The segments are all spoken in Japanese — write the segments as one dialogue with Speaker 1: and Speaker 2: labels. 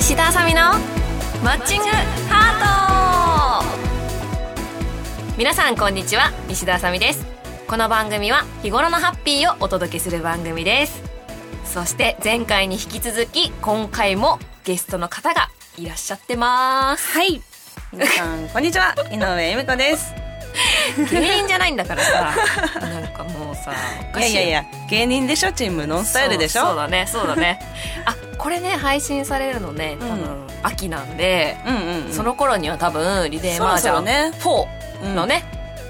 Speaker 1: 石田あさみのマッチングハート皆さんこんにちは石田あさみですこの番組は日頃のハッピーをお届けする番組ですそして前回に引き続き今回もゲストの方がいらっしゃってます
Speaker 2: はい。皆さん、こんにちは。井上由美子です。
Speaker 1: 芸人じゃないんだから さなんかもうさお
Speaker 2: い
Speaker 1: か
Speaker 2: や
Speaker 1: しい
Speaker 2: いやいや、芸人でしょチームノンスタイルでし
Speaker 1: そうそ
Speaker 2: ょ
Speaker 1: うだねそうだ ねあこれね配信されるのね多分秋なんで、
Speaker 2: うんうんうん。
Speaker 1: その頃には多分リレー
Speaker 2: そ
Speaker 1: マ
Speaker 2: ろ
Speaker 1: ージ
Speaker 2: そ
Speaker 1: ャ
Speaker 2: ろ
Speaker 1: ン
Speaker 2: ね
Speaker 1: 4のね、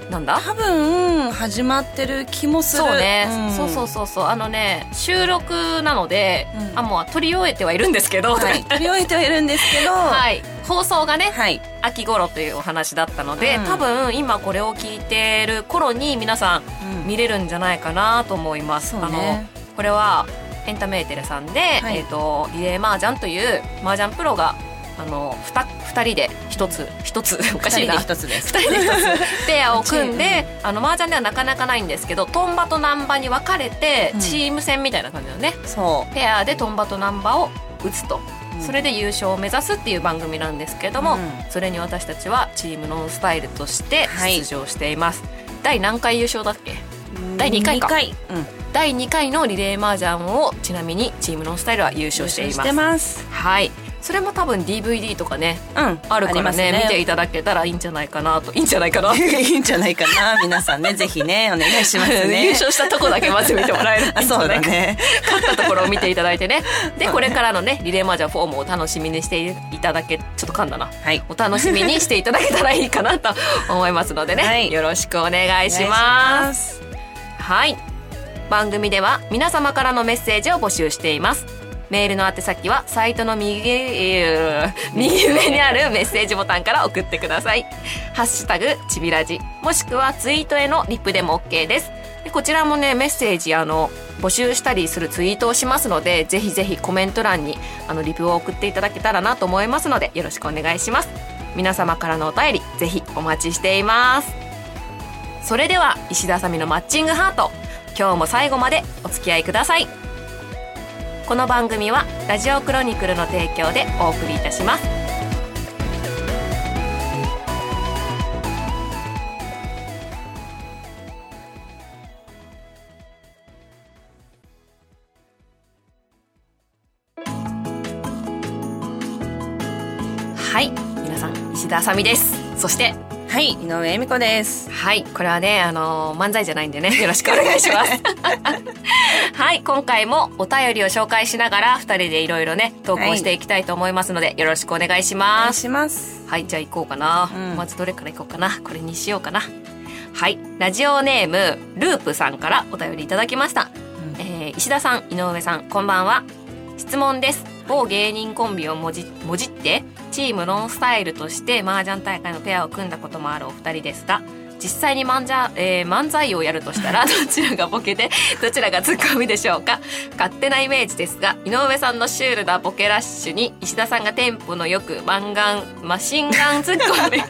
Speaker 1: なんだ
Speaker 2: 多分、始まってる気もする。
Speaker 1: そうね、
Speaker 2: ん
Speaker 1: そうそうそうそうあのね収録なので、
Speaker 2: うん
Speaker 1: あもう撮り終えてはいるんですけど、
Speaker 2: はい。取り終えてはいるんですけど、は。
Speaker 1: はいい放送がね、秋頃というお話だったので、
Speaker 2: うん
Speaker 1: 多分今これを聞いてる頃に皆さん
Speaker 2: うん
Speaker 1: 見れるんじゃないかなと思います、
Speaker 2: そう
Speaker 1: あの
Speaker 2: ね
Speaker 1: これはエンタメーテレさんで、
Speaker 2: はい
Speaker 1: えー、とリレー麻雀という麻雀プロがあの 2, 二人で1つ1つおかしいな
Speaker 2: 二人で一つです。
Speaker 1: 二人で一つペアを組んで、あの麻雀ではなかなかないんですけどトンバとナンバに分かれて、
Speaker 2: うん
Speaker 1: チーム戦みたいな感じのね
Speaker 2: そ
Speaker 1: ペアでトンバとナンバを打つと、
Speaker 2: うん
Speaker 1: それで優勝を目指すっていう番組なんですけども、
Speaker 2: うん
Speaker 1: それに私たちはチームノンスタイルとして
Speaker 2: はい
Speaker 1: 出場しています、第何回優勝だっけ
Speaker 2: う。
Speaker 1: 第二回か
Speaker 2: 二回。うん。
Speaker 1: 第2回のリレー麻雀をちなみにチームノンスタイルは優勝しています
Speaker 2: ます。
Speaker 1: はいそれも多分 DVD とかね
Speaker 2: うん。
Speaker 1: あるか
Speaker 2: り
Speaker 1: ら
Speaker 2: ます
Speaker 1: ね見ていただけたらいいんじゃないかなといいんじゃないかな
Speaker 2: いいんじゃないかな。皆さんね、ぜひね、お願いします ね。
Speaker 1: 優勝したとこだけまず見てもらえると
Speaker 2: あ、そうだね。
Speaker 1: 勝ったところを見ていただいて ねでこれからのねリレーマージャンフォームをお楽しみにしていただけちょっと噛んだな
Speaker 2: はい。
Speaker 1: お楽しみにしていただけたらいいかなと思いますのでね、
Speaker 2: はい
Speaker 1: よろしくお願いし
Speaker 2: お
Speaker 1: ます
Speaker 2: 願いします。
Speaker 1: はい番組では皆様からのメッセージを募集していますメールの宛先はサイトの右えー右上にあるメッセージボタンから送ってください「ハッシュタグちびラジ」もしくはツイートへのリップでも OK ですでこちらもねメッセージあの募集したりするツイートをしますのでぜひぜひコメント欄にあのリプを送っていただけたらなと思いますのでよろしくお願いします皆様からのお便りぜひお待ちしていますそれでは石田あさみのマッチングハート今日も最後までお付き合いくださいこの番組はラジオクロニクルの提供でお送りいたしますはい皆さん石田あさみですそして
Speaker 2: はい、井上恵美子です。
Speaker 1: はい、これはね、あのー漫才じゃないんでね、 よろしくお願いします。はい、今回もお便りを紹介しながら、二人でいろいろね、投稿していきたいと思いますので、よろしくお願いし
Speaker 2: お願
Speaker 1: ま
Speaker 2: い
Speaker 1: す。
Speaker 2: します。
Speaker 1: はい、じゃあ行こうかな。
Speaker 2: うん
Speaker 1: まずどれから行こうかな。これにしようかな。はい、ラジオネーム、ループさんからお便りいただきました。
Speaker 2: うん
Speaker 1: えー石田さん井上さんこんばんは質問です某芸人コンビをもじもじってチームノンスタイルとして麻雀大会のペアを組んだこともあるお二人ですが実際に漫才,、えー漫才をやるとしたらどちらがボケでどちらがツッコミでしょうか勝手なイメージですが井上さんのシュールなボケラッシュに石田さんがテンポのよくマンガンマシンガンツッコミ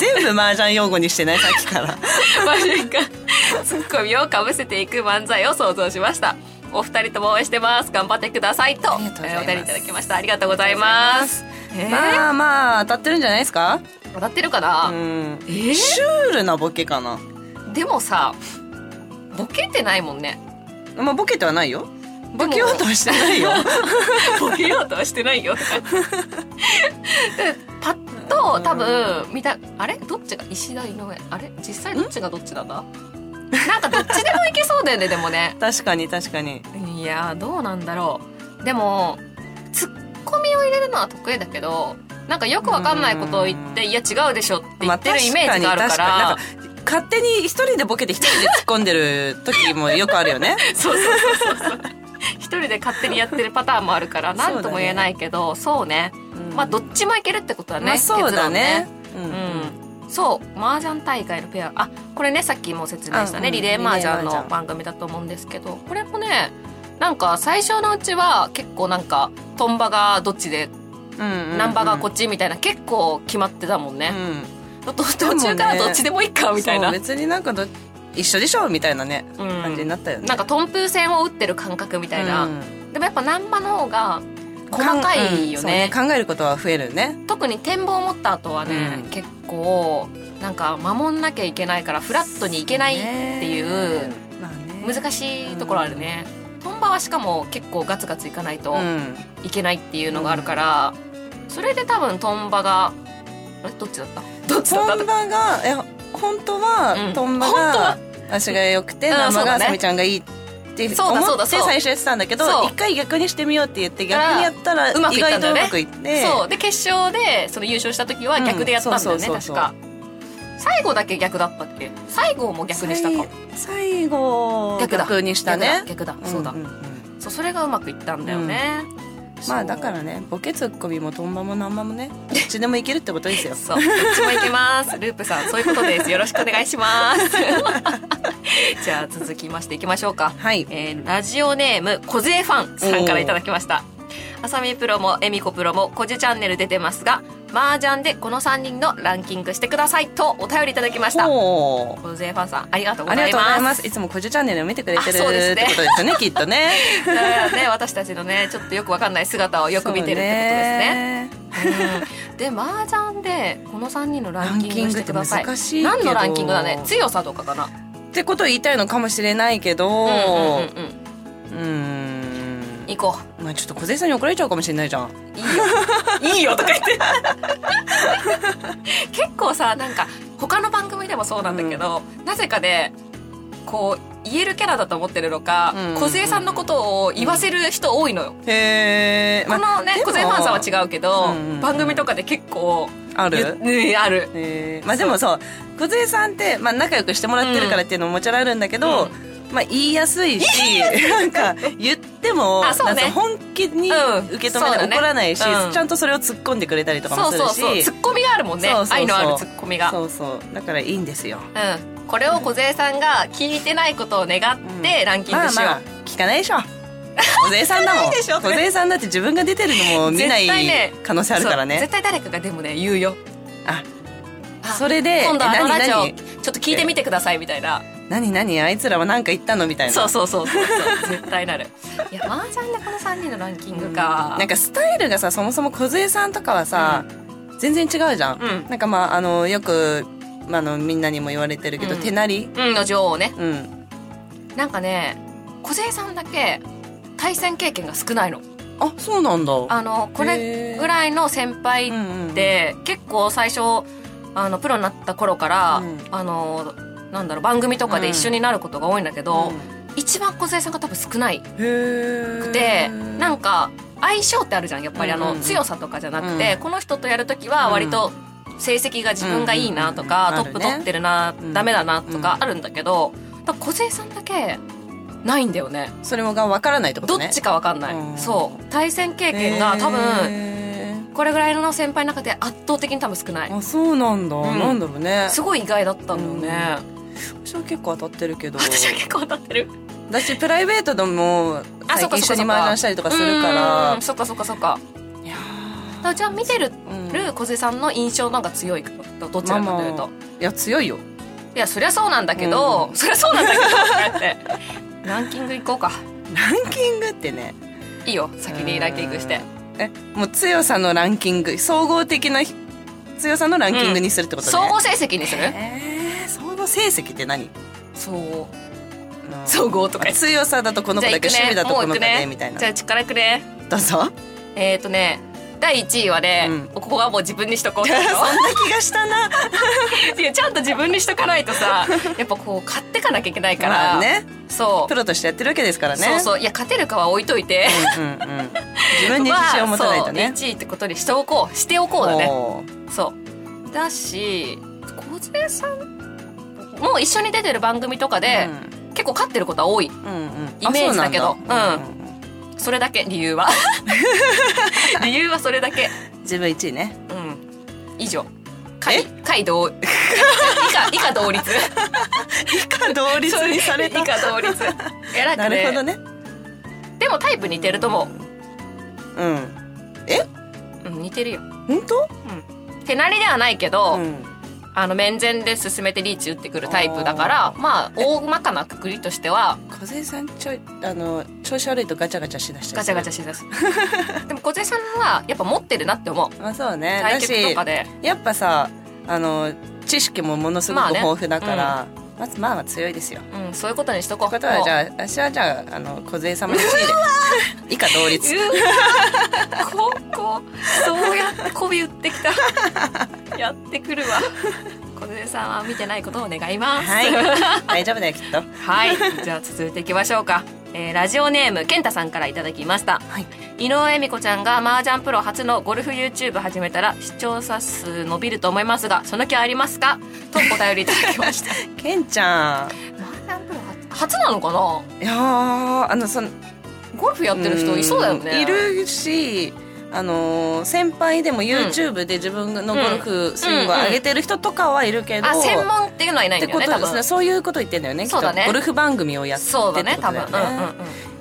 Speaker 2: 全部麻雀用語にしてないさっきから。
Speaker 1: マシンガンツッコミをかぶせていく漫才を想像しましたお二人とも応援してます頑張ってくださいと
Speaker 2: ありがとうござい
Speaker 1: えー
Speaker 2: ます
Speaker 1: お便りいただきましたありがとうございます えー
Speaker 2: まあまあ当たってるんじゃないですか。
Speaker 1: 笑ってるかな、
Speaker 2: うん。
Speaker 1: えー
Speaker 2: シュールなボケかな。
Speaker 1: でもさボケてないもんね
Speaker 2: まあボケてはないよ。
Speaker 1: でも
Speaker 2: ボケようとはしてないよ。
Speaker 1: ボケようとはしてないよでパッと多分見たあれどっちが石田井上あれ実際どっちがどっちなんだなんかどっちでもいけそうだよねでもね
Speaker 2: 確かに確かに。
Speaker 1: いやーどうなんだろうでもツッコミを入れるのは得意だけどなんかよくわかんないことを言って「いや違うでしょ」って言ってるイメージがあるから,、
Speaker 2: まあ確かに確かになんか勝手に一人でボケて一人で突っ込んでる時もよくあるよ ね。
Speaker 1: そうそうそうそう一人で勝手にやってるパターンもあるから何とも言えないけどそうねまあどっちもいけるってことだね、
Speaker 2: まあそうだね。う
Speaker 1: 結論
Speaker 2: ん
Speaker 1: ねうんそう麻雀大会のペアあこれねさっきも説明したね、
Speaker 2: うんうん
Speaker 1: リレー麻雀
Speaker 2: リレー麻
Speaker 1: の
Speaker 2: 雀
Speaker 1: 番組だと思うんですけどこれもねなんか最初のうちは結構なんかトンバがどっちで
Speaker 2: うんうん
Speaker 1: ナンバーがこっちみたいな結構決まってたもん
Speaker 2: う
Speaker 1: ね、
Speaker 2: ん。
Speaker 1: と途中からどっちでもいいかみたいな、
Speaker 2: そう別になんかど一緒でしょみたいなね
Speaker 1: うん
Speaker 2: 感じになったよね。
Speaker 1: なんかトンプー戦を打ってる感覚みたいな、
Speaker 2: うん
Speaker 1: でもやっぱ難波の方が細かいよ
Speaker 2: そう
Speaker 1: ね,、
Speaker 2: 考えることは増えるね
Speaker 1: 特に展望を持った後はね、
Speaker 2: うん
Speaker 1: 結構なんか守んなきゃいけないからフラットにいけないっていう
Speaker 2: ねまあね
Speaker 1: 難しいところあるね、トンバはしかも結構ガツガツいかないと
Speaker 2: うん
Speaker 1: いけないっていうのがあるから、それで多分トンバがあれどっちだったどっちだった
Speaker 2: トンバがえ本当は、
Speaker 1: うん
Speaker 2: トンバ
Speaker 1: 本当
Speaker 2: が
Speaker 1: は
Speaker 2: 私が良くて、
Speaker 1: うん
Speaker 2: 生
Speaker 1: そうだ
Speaker 2: が
Speaker 1: ね
Speaker 2: サミちゃんがいいって
Speaker 1: そうだ
Speaker 2: 思
Speaker 1: そう
Speaker 2: って
Speaker 1: だそう
Speaker 2: 最初やってたんだけど
Speaker 1: そう
Speaker 2: 一回逆にしてみようって言って逆にやったら
Speaker 1: うまくい
Speaker 2: 意
Speaker 1: った
Speaker 2: 外
Speaker 1: んだ
Speaker 2: と
Speaker 1: よ
Speaker 2: う
Speaker 1: ね
Speaker 2: まくいって
Speaker 1: そうで決勝でその優勝した時は逆でやったんだよね、
Speaker 2: うんそう
Speaker 1: 確
Speaker 2: そうそうそう
Speaker 1: か最後だけ逆だったっけ最後も逆にしたか
Speaker 2: 最最後
Speaker 1: 逆だ
Speaker 2: にしたね
Speaker 1: 逆だ逆だ
Speaker 2: ん
Speaker 1: そうだ、
Speaker 2: んん
Speaker 1: そうそれがうまくいったんだよね、
Speaker 2: ま
Speaker 1: そ
Speaker 2: あ
Speaker 1: う
Speaker 2: だからねボケツッコミもトンバもナンバも ねどっちでもいけるってことですよ
Speaker 1: そうどっちもいけます ループさんそういうことですよろしくお願いします じゃあ続きましていきましょうか
Speaker 2: はい
Speaker 1: えーラジオネーム小杖ファンさんからいただきましたあさみプロもえみこプロも「こじチャンネル」出てますが麻雀でこの3人のランキングしてくださいとお便りいただきました
Speaker 2: ほう
Speaker 1: 小杖ファンさんありがとうご
Speaker 2: あり
Speaker 1: ざ
Speaker 2: が
Speaker 1: い
Speaker 2: とうござい
Speaker 1: ま
Speaker 2: ますすいつも「こじチャンネル」を見てくれてる、
Speaker 1: あそうです
Speaker 2: って
Speaker 1: ね
Speaker 2: ことですよねきっとね
Speaker 1: だからね私たちの ねちょっとよくわかんない姿 をよく見てるって
Speaker 2: そうね
Speaker 1: ことですねで麻雀でこの3人のラ
Speaker 2: ラ
Speaker 1: ン
Speaker 2: ン
Speaker 1: キ
Speaker 2: キ
Speaker 1: ン
Speaker 2: ン
Speaker 1: グし
Speaker 2: グってて
Speaker 1: ください
Speaker 2: 難しいけど
Speaker 1: 何のランキングだね強さとかかな
Speaker 2: ってことを言いたいのかもしれないけど
Speaker 1: う
Speaker 2: うん
Speaker 1: うんうん
Speaker 2: ん
Speaker 1: うん
Speaker 2: ん
Speaker 1: 行こ
Speaker 2: まあちょっと小杉さんに怒られちゃうかもしれないじゃん
Speaker 1: ういいよいいよとか言って結構さなんか他の番組でもそうなんだけど、なぜかでこう言えるキャラだと思ってるのか、
Speaker 2: うんうん
Speaker 1: 小杉さんのことを言わせる人多いのよ、
Speaker 2: へえ
Speaker 1: このね小杉ファンさんは違うけど、
Speaker 2: うんうんうん
Speaker 1: 番組とかで結構
Speaker 2: ある
Speaker 1: ゆねある
Speaker 2: えーまあでもそう小杉さんって、まあ、仲良くしてもらってるからっていうのももちろんあるんだけ
Speaker 1: う
Speaker 2: ど、
Speaker 1: ん
Speaker 2: まあ、言いやすいしなんか言っても
Speaker 1: あそうね
Speaker 2: なんか本気に
Speaker 1: うん
Speaker 2: 受け止
Speaker 1: そう
Speaker 2: め
Speaker 1: だ
Speaker 2: て
Speaker 1: ね
Speaker 2: 怒らないし、
Speaker 1: うん
Speaker 2: ちゃんとそれを突っ込んでくれたりとか
Speaker 1: そ
Speaker 2: も
Speaker 1: う
Speaker 2: する
Speaker 1: そう
Speaker 2: し
Speaker 1: そうツッコミがあるもんね
Speaker 2: そうそうそう
Speaker 1: 愛のあるツッコミが
Speaker 2: そうそうだからいいんですよ
Speaker 1: うん、これを小杉さんが聞いてないことを願ってランキン
Speaker 2: ま
Speaker 1: グ
Speaker 2: あ
Speaker 1: しよう、
Speaker 2: まあ聞かない でしょ小杉さんだも
Speaker 1: 聞
Speaker 2: ん
Speaker 1: かないでしょ
Speaker 2: 小杉さんだって自分が出てるのも見ない
Speaker 1: 絶対ね
Speaker 2: 可能性あるから
Speaker 1: そう
Speaker 2: ね
Speaker 1: 絶対誰かがでもね言うよ
Speaker 2: あ
Speaker 1: あ
Speaker 2: それで
Speaker 1: 今度あの
Speaker 2: え何
Speaker 1: ラジオ
Speaker 2: 何
Speaker 1: ちょっと聞いてみてくださいみたいな
Speaker 2: 何何あいつらは何か言ったのみたいな
Speaker 1: そうそうそうそうそう 絶対なるいや麻雀でこの3人のランキングか
Speaker 2: なんかスタイルがさそもそも梢さんとかはさ、全然違うじゃん、
Speaker 1: うん
Speaker 2: なんかまああのよく、まあ、あのみんなにも言われてるけど、
Speaker 1: うん
Speaker 2: 手なり
Speaker 1: うんの女王ね
Speaker 2: うん
Speaker 1: なんかね小杉さんだけ対戦経験が少ないの
Speaker 2: あそうなんだ
Speaker 1: あのこれぐらいの先輩
Speaker 2: うんうんうん
Speaker 1: で結構最初あのプロになった頃から、
Speaker 2: うん
Speaker 1: あのなんだろう番組とかで一緒になることが多いんだけど、一番小杉さんが多分少ない
Speaker 2: うんへえ
Speaker 1: くてなんか相性ってあるじゃんやっぱりあ
Speaker 2: うん
Speaker 1: の
Speaker 2: うん
Speaker 1: 強さとかじゃなくて、
Speaker 2: う
Speaker 1: この人とやる時は割と成績が自分がいいなとか、
Speaker 2: うんうんうん
Speaker 1: トップ取ってるな、
Speaker 2: るね
Speaker 1: ダメだなとかあるんだけど、だから小杉さんだけないんだよね
Speaker 2: それもが分からないってこ
Speaker 1: ど
Speaker 2: と
Speaker 1: っ
Speaker 2: ね
Speaker 1: ちかわかんない、
Speaker 2: うん
Speaker 1: そう対戦経験が多分
Speaker 2: へ
Speaker 1: これぐらいの先輩の中で圧倒的に多分少ない
Speaker 2: ーあそうなんだ、
Speaker 1: ん
Speaker 2: なんだろうね
Speaker 1: すごい意外だったんだよね、
Speaker 2: 私は結構当たってるけど
Speaker 1: 私は結構当たってる
Speaker 2: 私プライベートでも
Speaker 1: あそっ
Speaker 2: 最
Speaker 1: か
Speaker 2: 近一
Speaker 1: そ
Speaker 2: 緒
Speaker 1: っか
Speaker 2: に麻雀したりとかするか
Speaker 1: う
Speaker 2: ら
Speaker 1: んそっかそっかそっか
Speaker 2: いや
Speaker 1: だからじゃあ見てる
Speaker 2: ーうん
Speaker 1: 小杉さんの印象の方が強いかとどちらかというと、
Speaker 2: まあまあいや強いよ
Speaker 1: いやそりゃそうなんだけど、
Speaker 2: うん
Speaker 1: そりゃそうなんだけどだってランキング行こうか
Speaker 2: ランキングってね
Speaker 1: いいよ先にランキングして
Speaker 2: うんえもう強さのランキング総合的な強さのランキングにするってことね、
Speaker 1: 総合成績にする
Speaker 2: えー総合成績って何
Speaker 1: そう総合とかじ
Speaker 2: 強さだとこの子
Speaker 1: ゃあ
Speaker 2: だ
Speaker 1: 行
Speaker 2: け
Speaker 1: く
Speaker 2: 趣味
Speaker 1: ね
Speaker 2: だと
Speaker 1: もう行
Speaker 2: この
Speaker 1: く
Speaker 2: 子だけ
Speaker 1: ね
Speaker 2: みたいな
Speaker 1: じゃあ力くれ
Speaker 2: どうぞ
Speaker 1: えっ、ー、とね第1位はね、
Speaker 2: うん
Speaker 1: ここはもう自分にしとこう
Speaker 2: そんな気がしたな
Speaker 1: いやちゃんと自分にしとかないとさやっぱこう買ってかなきゃいけないから、
Speaker 2: まあね
Speaker 1: そう
Speaker 2: プロとしてやってるわけですからね
Speaker 1: そう
Speaker 2: う
Speaker 1: そういや勝てるかは置いといて
Speaker 2: んうんうん自分に自信を持たないと
Speaker 1: ま
Speaker 2: ね
Speaker 1: あそう1位ってことにしておこうしておこうだね
Speaker 2: おー
Speaker 1: そうだし小杉さんも一緒に出てる番組とかで、結構勝ってることは多い
Speaker 2: うんうんうん
Speaker 1: イメージだけど
Speaker 2: あそうなんだ
Speaker 1: それだけ理 由は理由はそれだけ
Speaker 2: うん自分1位ね
Speaker 1: うん以上回回同以 下以下同率
Speaker 2: 同率にされ
Speaker 1: 以
Speaker 2: た
Speaker 1: 下同率いやなん
Speaker 2: な
Speaker 1: かね
Speaker 2: るほどね
Speaker 1: でもタイプ似てると思
Speaker 2: うん
Speaker 1: う、うん、似てるよ
Speaker 2: 本当
Speaker 1: 手なりではないけど、
Speaker 2: ん
Speaker 1: あの面前で進めてリーチ打ってくるタイプだからまあ大まかなくくりとしては
Speaker 2: 小杉さんちょいあの調子悪いとガチャガチャしだした
Speaker 1: ガチャガチャ
Speaker 2: ャ
Speaker 1: しだす でも小杉さんはやっぱ持ってるなって思う
Speaker 2: まあそうね
Speaker 1: 対
Speaker 2: だ
Speaker 1: 局と
Speaker 2: し
Speaker 1: かで
Speaker 2: やっぱさあの知識もものすご
Speaker 1: まあ
Speaker 2: く
Speaker 1: ね
Speaker 2: 豊富だから、まずまあまあ強いですよ
Speaker 1: うんそういうことにしとこう
Speaker 2: ということはじゃあ私はじゃああの小杉様の地位で以下同率
Speaker 1: うわーここそうやって媚び売ってき たやってくるわ小杉さんは見てないことを願います
Speaker 2: はい大丈夫だよきっと
Speaker 1: はい。じゃあ続いていきましょうか。えーラジオネーム、健太さんからいただきました。
Speaker 2: はい
Speaker 1: 井上恵美子ちゃんが麻雀プロ初のゴルフ YouTube 始めたら視聴者数伸びると思いますが、その気はありますかとお便りいただきました。
Speaker 2: ケンちゃ
Speaker 1: 麻雀プロ初初なのかなん
Speaker 2: いやーあのその
Speaker 1: ゴルフやってる人いそうだよ
Speaker 2: うん
Speaker 1: ね。
Speaker 2: いるしあのー先輩でも YouTube で自分のゴルフスイングを上げてる人とかはいるけど、
Speaker 1: あ、専門っていうのはいないん
Speaker 2: っ
Speaker 1: だ
Speaker 2: て
Speaker 1: よ
Speaker 2: こ
Speaker 1: ね、
Speaker 2: と
Speaker 1: 多
Speaker 2: ですね
Speaker 1: 分。
Speaker 2: そういうこと言ってんだよねきっと
Speaker 1: そうだね
Speaker 2: ゴルフ番組をやってってこ
Speaker 1: そ
Speaker 2: と
Speaker 1: う
Speaker 2: だ
Speaker 1: だ
Speaker 2: よね
Speaker 1: ね、多分。うんうんうん。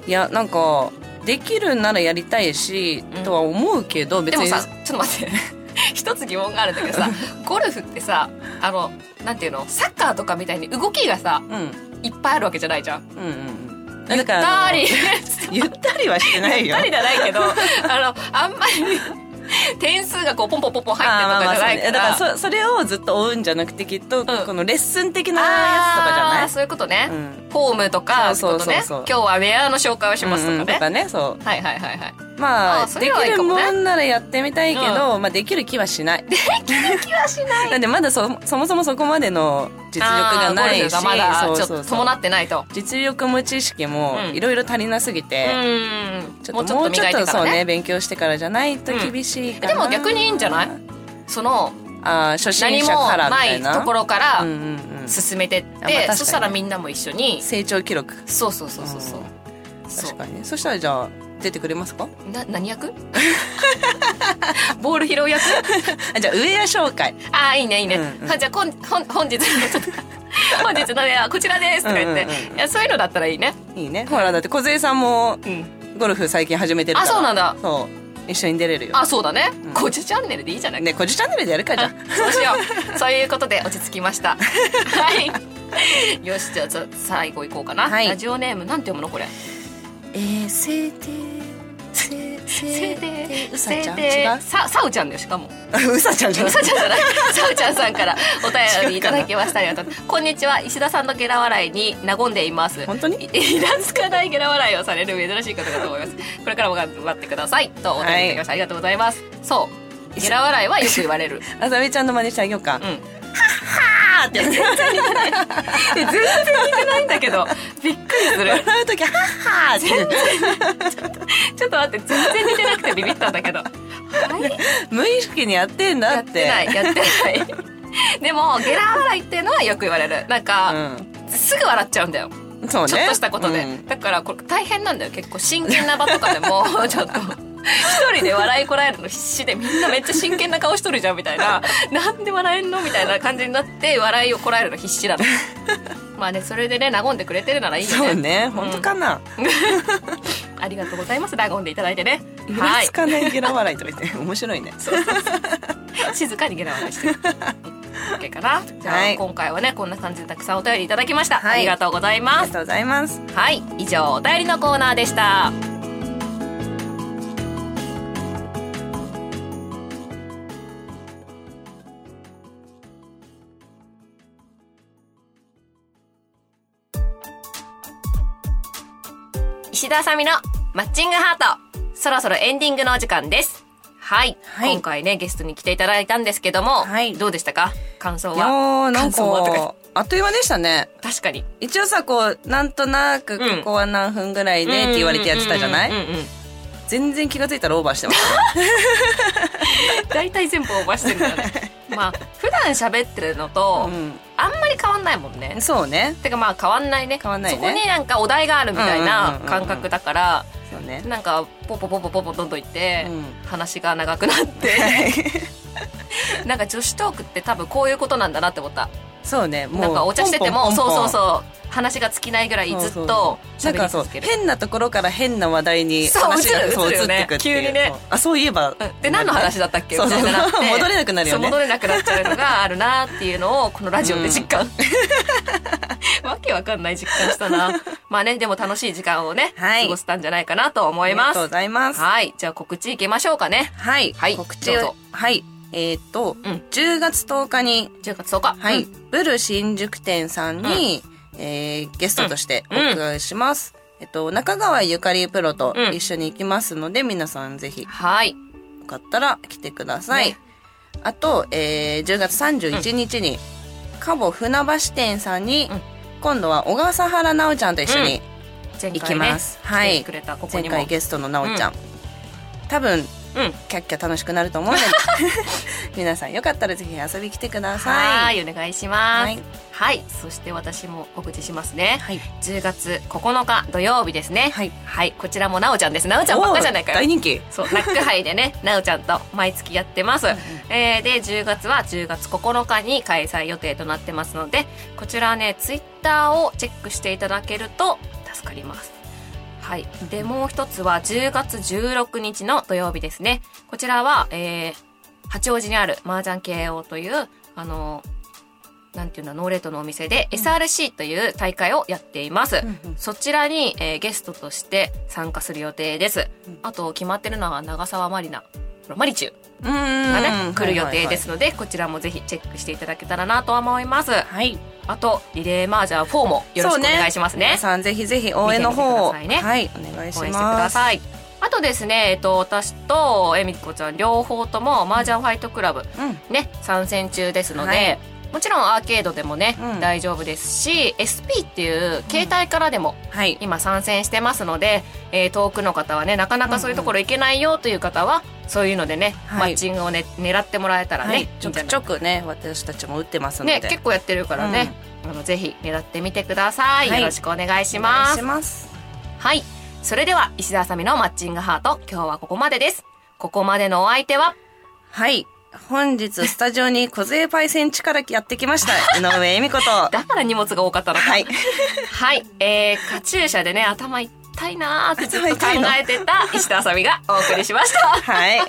Speaker 2: いやなんかできるんならやりたいし、
Speaker 1: うん
Speaker 2: とは思うけど別
Speaker 1: でも
Speaker 2: に
Speaker 1: さちょっと待って 一つ疑問があるんだけどさゴルフってさあのなんていうのサッカーとかみたいに動きがさ
Speaker 2: うんうん
Speaker 1: いっぱいあるわけじゃないじゃん。
Speaker 2: うんうん
Speaker 1: ゆ
Speaker 2: だ
Speaker 1: っ
Speaker 2: から
Speaker 1: た り
Speaker 2: ゆったりはしてない
Speaker 1: ゆ
Speaker 2: よ
Speaker 1: ったりじゃないけどあのあんまり 点数がこうポンポンポンポン入ってるとかじゃない
Speaker 2: あーまあまあ
Speaker 1: か
Speaker 2: そうねだから
Speaker 1: ら。
Speaker 2: そそれをずっと追うんじゃなくてきっと、このレッスン的なやつとかじゃ
Speaker 1: あ
Speaker 2: な
Speaker 1: ー
Speaker 2: い
Speaker 1: そういうことね、
Speaker 2: うん
Speaker 1: フォームとかって
Speaker 2: そ
Speaker 1: こ
Speaker 2: う
Speaker 1: と
Speaker 2: そうそう
Speaker 1: ね
Speaker 2: そう
Speaker 1: 今日はウェアの紹介をします
Speaker 2: うんう
Speaker 1: と
Speaker 2: ん
Speaker 1: かね、
Speaker 2: そう
Speaker 1: はいはいはいはい
Speaker 2: まあ
Speaker 1: あーそ
Speaker 2: で
Speaker 1: れはい
Speaker 2: き
Speaker 1: い
Speaker 2: る
Speaker 1: かもね
Speaker 2: もんならやってみたいけど、まあ、できる気は しないできる気はしないなんでまだそそもそもそこまでの実力がない
Speaker 1: あーゴルフ
Speaker 2: し
Speaker 1: がまだちょっ
Speaker 2: そうそ
Speaker 1: と
Speaker 2: うそう
Speaker 1: 伴ってないと
Speaker 2: 実力も知識も
Speaker 1: うん
Speaker 2: いろいろ足りなすぎ
Speaker 1: う
Speaker 2: て、
Speaker 1: ん
Speaker 2: ち
Speaker 1: も
Speaker 2: ょ
Speaker 1: う
Speaker 2: っ
Speaker 1: ち
Speaker 2: と
Speaker 1: ょ
Speaker 2: も
Speaker 1: っと
Speaker 2: うちょ
Speaker 1: 磨
Speaker 2: っ
Speaker 1: いてか
Speaker 2: と
Speaker 1: ら
Speaker 2: そう
Speaker 1: ね
Speaker 2: ね勉強してからじゃないと
Speaker 1: うん
Speaker 2: 厳しいかな、
Speaker 1: でも逆にいいんじゃないその
Speaker 2: あー初心
Speaker 1: 何
Speaker 2: 者
Speaker 1: も
Speaker 2: からみ
Speaker 1: な
Speaker 2: たい
Speaker 1: い
Speaker 2: な
Speaker 1: ところから
Speaker 2: うんうんうん、
Speaker 1: 進めてって、
Speaker 2: あまあ確かに
Speaker 1: そしたらみんなも一緒に
Speaker 2: 成長記録
Speaker 1: そうそうそうそうそうそ
Speaker 2: 確
Speaker 1: う
Speaker 2: かにねそしたらじゃあ出てくれますか
Speaker 1: な何役 ボール拾う役
Speaker 2: あじゃあ上屋紹介
Speaker 1: ああいいねいいね、
Speaker 2: うんうん
Speaker 1: あじゃあこん本本日の 本日のねこちらですとか言って、
Speaker 2: うんうんうん
Speaker 1: いやそういうのだったらいいね、
Speaker 2: いいねほらだって梢さんも
Speaker 1: うん、
Speaker 2: ゴルフ最近始めてるから
Speaker 1: あそうなんだ
Speaker 2: そう一緒に出れるよ
Speaker 1: あそうだね、
Speaker 2: ん
Speaker 1: こっちチャンネルでいいじゃない
Speaker 2: ねこじチャンネルでやるかじゃあ
Speaker 1: そうしよう。 そういうことで落ち着きました。 はい。よし、じゃあ、さ最後いこうかな。
Speaker 2: はい
Speaker 1: ラジオネーム、なんて読むのこれ。
Speaker 2: えー、聖帝聖
Speaker 1: 聖
Speaker 2: 帝
Speaker 1: 帝、
Speaker 2: うさちゃん
Speaker 1: 聖帝
Speaker 2: 違
Speaker 1: さ、さうちゃんだよ、しかも。
Speaker 2: う うさちゃんじゃ
Speaker 1: う
Speaker 2: ない
Speaker 1: さちゃんじゃない。さうちゃんさんからお便りいただきました。ありがとうこんにちは。石田さんのゲラ笑いに和んでいます。
Speaker 2: 本当に
Speaker 1: いらつかないゲラ笑いをされる珍しい方だと思います。これからも頑張ってください。とお便りいただきました。ありがとうございます。そう。ゲラ笑いはよく言われる。
Speaker 2: あさみちゃんの真似してあげよう か、
Speaker 1: うん。
Speaker 2: あーって
Speaker 1: 全然似てないんだけど、びっくりする。
Speaker 2: 笑う時はっはーって
Speaker 1: ちょっと待って全然似てなくてビビったんだけどはい
Speaker 2: 無意識にやってんだ
Speaker 1: や
Speaker 2: っ
Speaker 1: っててないやって ないでもゲラ笑いっていうのはよく言われるなんか、すぐ笑っちゃうんだよ
Speaker 2: うん、そうね
Speaker 1: ちょっとしたことで、
Speaker 2: うん
Speaker 1: だからこれ大変なんだよ結構真剣な場とかで もちょっと一人で笑いこらえるの必死でみんなめっちゃ真剣な顔しとるじゃんみたい ななんで笑えんのみたいな感じになって笑いをこらえるの必死 なのまあねそれでね和んでくれてるならいいよね
Speaker 2: そうね本当かな、
Speaker 1: ありがとうございます和んでいただいてね
Speaker 2: いら
Speaker 1: はい
Speaker 2: つかないゲラ笑いとか言って面白 いね
Speaker 1: 静かにゲラ笑い してる。OK かなじゃあ、
Speaker 2: はい
Speaker 1: 今回はねこんな感じでたくさんお便りいただきました、
Speaker 2: はい
Speaker 1: ありがとうござい
Speaker 2: あ
Speaker 1: ま
Speaker 2: りが
Speaker 1: す
Speaker 2: とうございます
Speaker 1: はい以上お便りのコーナーでした石田あさみのマッチングハートそろそろエンディングのお時間ですはい、
Speaker 2: はい
Speaker 1: 今回ねゲストに来ていただいたんですけども、
Speaker 2: はい
Speaker 1: どうでしたか感想
Speaker 2: いや
Speaker 1: は
Speaker 2: ーなん
Speaker 1: 感想はとか言っ
Speaker 2: かあっという間でしたね
Speaker 1: て確かに
Speaker 2: 一応さこうなんとなくここは何分ぐらいでって言われてやってたじゃない、
Speaker 1: うんうんうんうん
Speaker 2: 全然気がついたらオーバーしてまし
Speaker 1: 大体全部オーバーしてるからねまあ普段喋ってるのと、
Speaker 2: うん
Speaker 1: あんまり変わんないもんね
Speaker 2: たそうね
Speaker 1: てかまあ変わんないね
Speaker 2: 変わんないね
Speaker 1: そこになんかお題があるみたい
Speaker 2: うんうん
Speaker 1: な
Speaker 2: うんうん
Speaker 1: 感覚だから、
Speaker 2: そうね
Speaker 1: なんかポポポポポポどんどんいって、
Speaker 2: う
Speaker 1: 話が長くなってなんか女子トークって多分こういうことなんだなって思った
Speaker 2: そうねもう
Speaker 1: なんかお茶してても
Speaker 2: ポンポンポンポ
Speaker 1: そ
Speaker 2: ン
Speaker 1: うそうそう話が尽きないぐらいずっと
Speaker 2: な
Speaker 1: 喋
Speaker 2: ん
Speaker 1: り
Speaker 2: かそう
Speaker 1: 続ける
Speaker 2: 変なところから変な話題に
Speaker 1: そう
Speaker 2: 話が
Speaker 1: 移る
Speaker 2: そう
Speaker 1: 移るよね
Speaker 2: 移ってくっていう
Speaker 1: 急にね
Speaker 2: そうあそういえば
Speaker 1: うんで何の話だったっけみ
Speaker 2: そう
Speaker 1: た
Speaker 2: そう
Speaker 1: いななって
Speaker 2: 戻れなくなるよね
Speaker 1: そう戻れなくなっちゃうのがあるなっていうのをこのラジオで実 感、わけわかんない実感した なまあねでも楽しい時間をね、
Speaker 2: はい
Speaker 1: 過ごせたんじゃないかなと思
Speaker 2: あ
Speaker 1: い
Speaker 2: りが
Speaker 1: ます
Speaker 2: とうございます
Speaker 1: はいじゃあ告知いきましょうかね
Speaker 2: はい、
Speaker 1: はい
Speaker 2: 告知を
Speaker 1: どうぞ
Speaker 2: はいえーっと、
Speaker 1: うん
Speaker 2: 10月10日に
Speaker 1: 10月10日
Speaker 2: はい、
Speaker 1: うん
Speaker 2: ブル新宿店さんに、えーゲストとしてお伺いします、えっと、中川ゆかりプロと一緒に行きますので、皆さんぜひ
Speaker 1: はい
Speaker 2: よかったら来てください、
Speaker 1: ね
Speaker 2: あと、えー10月31日に、カボ船橋店さんに、
Speaker 1: うん
Speaker 2: 今度は小笠原奈緒ちゃんと一緒に
Speaker 1: 前回、ね、
Speaker 2: 行きます
Speaker 1: は
Speaker 2: はいい
Speaker 1: 来てくれたここ
Speaker 2: 前
Speaker 1: にも
Speaker 2: 回ゲストの奈緒ちゃん、多分
Speaker 1: うん
Speaker 2: キャッキャ楽しくなると思うので 皆さんよかったらぜひ遊びに来てくださ
Speaker 1: はいいお願いしますは
Speaker 2: はいい、
Speaker 1: そして私も告知しますね
Speaker 2: はい
Speaker 1: 10月9日土曜日ですね
Speaker 2: はい
Speaker 1: こちらもなおちゃんですなおちゃんばっかじゃないか
Speaker 2: おー大
Speaker 1: よ
Speaker 2: 人気
Speaker 1: そうナック杯でね なおちゃんと毎月やってます、えーで10月は10月9日に開催予定となってますのでこちらはねツイッターをチェックしていただけると助かりますはい。で、もう一つは10月16日の土曜日ですね。こちらは、えー、八王子にある麻雀慶応という、あのーなんていうんだ、ノーレートのお店で SRC という大会をやっています。
Speaker 2: うんうん
Speaker 1: そちらに、えーゲストとして参加する予定です。
Speaker 2: うん
Speaker 1: あと、決まってるのは長澤まりな、ほらマリチュ
Speaker 2: うーん
Speaker 1: がね、来る予定ですので、こちらもぜひチェックしていただけたらなとは思います。
Speaker 2: はいはいはい
Speaker 1: あと、リレー麻雀4もよろしくお願いしますね
Speaker 2: 皆。さんぜひぜひ応援の方を
Speaker 1: 見てみてくだ
Speaker 2: はいお願いし
Speaker 1: 応援してく
Speaker 2: ま
Speaker 1: だ
Speaker 2: す
Speaker 1: さい。あとですね、えっと、私とえみこちゃん両方とも麻雀ファイトクラブ
Speaker 2: うん
Speaker 1: ね、参戦中ですので、
Speaker 2: はい
Speaker 1: もちろんアーケードでもね、
Speaker 2: うん
Speaker 1: 大丈夫ですし、SP っていう携帯からでも
Speaker 2: はい
Speaker 1: 今参戦してますので、えー遠くの方はね、なかなかそういうところ行けないよという方は、そういうのでね、
Speaker 2: はい
Speaker 1: マッチングをね、狙ってもらえたらね、
Speaker 2: はい
Speaker 1: い
Speaker 2: い
Speaker 1: んじ
Speaker 2: ち
Speaker 1: ゃな
Speaker 2: ょく
Speaker 1: い
Speaker 2: ちょくね私たちも打ってますので
Speaker 1: ね、結構やってるからね、あのぜひ狙ってみてください。
Speaker 2: はい
Speaker 1: よろしくお願いし
Speaker 2: お願
Speaker 1: ま
Speaker 2: い
Speaker 1: す
Speaker 2: し。ます
Speaker 1: はい。それでは、石田あさみのマッチングハート、今日はここまでです。ここまでのお相手は、
Speaker 2: はい本日スタジオに小杖パイセンチからやってきました井上恵美子とは
Speaker 1: だから荷物が多かったのか。
Speaker 2: い
Speaker 1: はい。えー、カチューシャでね、頭痛いなーってずっと考
Speaker 2: 頭痛いの
Speaker 1: えてた石田あさみがお送りしま した。
Speaker 2: はいバイ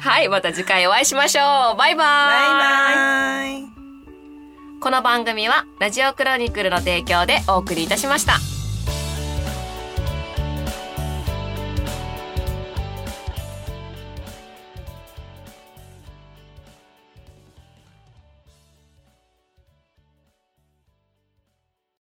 Speaker 1: はい。また次回お会いしましょう。バイバーイ。
Speaker 2: バイ
Speaker 1: この番組は、ラジオクロニクルの提供でお送りいたしました。